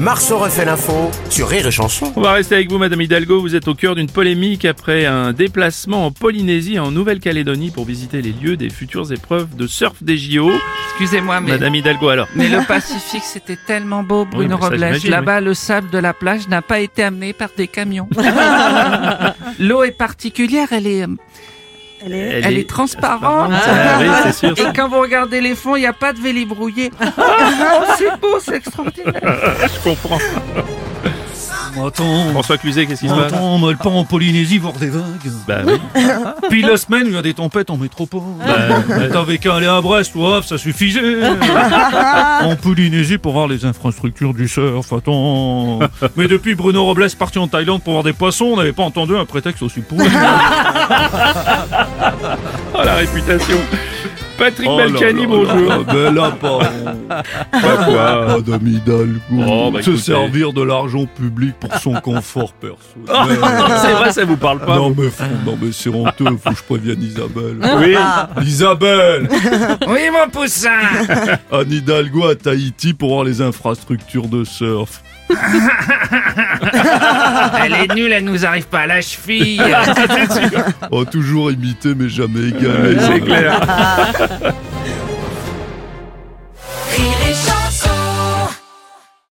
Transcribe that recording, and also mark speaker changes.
Speaker 1: Marceau refait l'info sur Rire et Chanson.
Speaker 2: On va rester avec vous, Madame Hidalgo. Vous êtes au cœur d'une polémique après un déplacement en Polynésie et en Nouvelle-Calédonie pour visiter les lieux des futures épreuves de surf des JO.
Speaker 3: Excusez-moi, mais,
Speaker 2: Madame Hidalgo, alors.
Speaker 3: mais le Pacifique, c'était tellement beau, Bruno
Speaker 2: mais ça,
Speaker 3: Robles.
Speaker 2: j'imagine,
Speaker 3: Là-bas, le sable de la plage n'a pas été amené par des camions. L'eau est particulière, elle est, elle est transparente.
Speaker 2: Ah, oui, c'est sûr.
Speaker 3: Et quand vous regardez les fonds, il n'y a pas de vélibrouillé. Oh, c'est beau, c'est extraordinaire.
Speaker 2: Je comprends.
Speaker 4: Attends,
Speaker 2: François Cluzet, qu'est-ce qui se passe
Speaker 4: attends, on le pas en Polynésie voir des vagues. Ah.
Speaker 2: Bah oui.
Speaker 4: Puis la semaine, il y a des tempêtes en métropole.
Speaker 2: bah,
Speaker 4: T'avais qu'à aller à Brest, ouais, ça suffisait. en Polynésie pour voir les infrastructures du surf, attends. Mais depuis Bruno Robles parti en Thaïlande pour voir des poissons, on n'avait pas entendu un prétexte aussi pourri.
Speaker 2: Oh la réputation. Patrick
Speaker 4: Oh là
Speaker 2: Balkany,
Speaker 4: là
Speaker 2: bonjour.
Speaker 4: là, Mais là, pardon.
Speaker 2: Bah quoi
Speaker 4: Madame Hidalgo,
Speaker 2: Oh, bah,
Speaker 4: se
Speaker 2: écoutez.
Speaker 4: servir de l'argent public pour son confort perso.
Speaker 2: C'est vrai, ça vous parle Ah, pas Ah.
Speaker 4: non, mais, fou- non, mais c'est honteux, faut que je prévienne Isabelle.
Speaker 2: Oui.
Speaker 4: Isabelle
Speaker 3: Oui, mon poussin.
Speaker 4: Anne Hidalgo à Tahiti pour voir les infrastructures de surf.
Speaker 3: Elle est nulle, elle nous arrive pas à la cheville.
Speaker 2: Ah.
Speaker 4: Oh, toujours imité mais jamais égalé.
Speaker 2: C'est clair.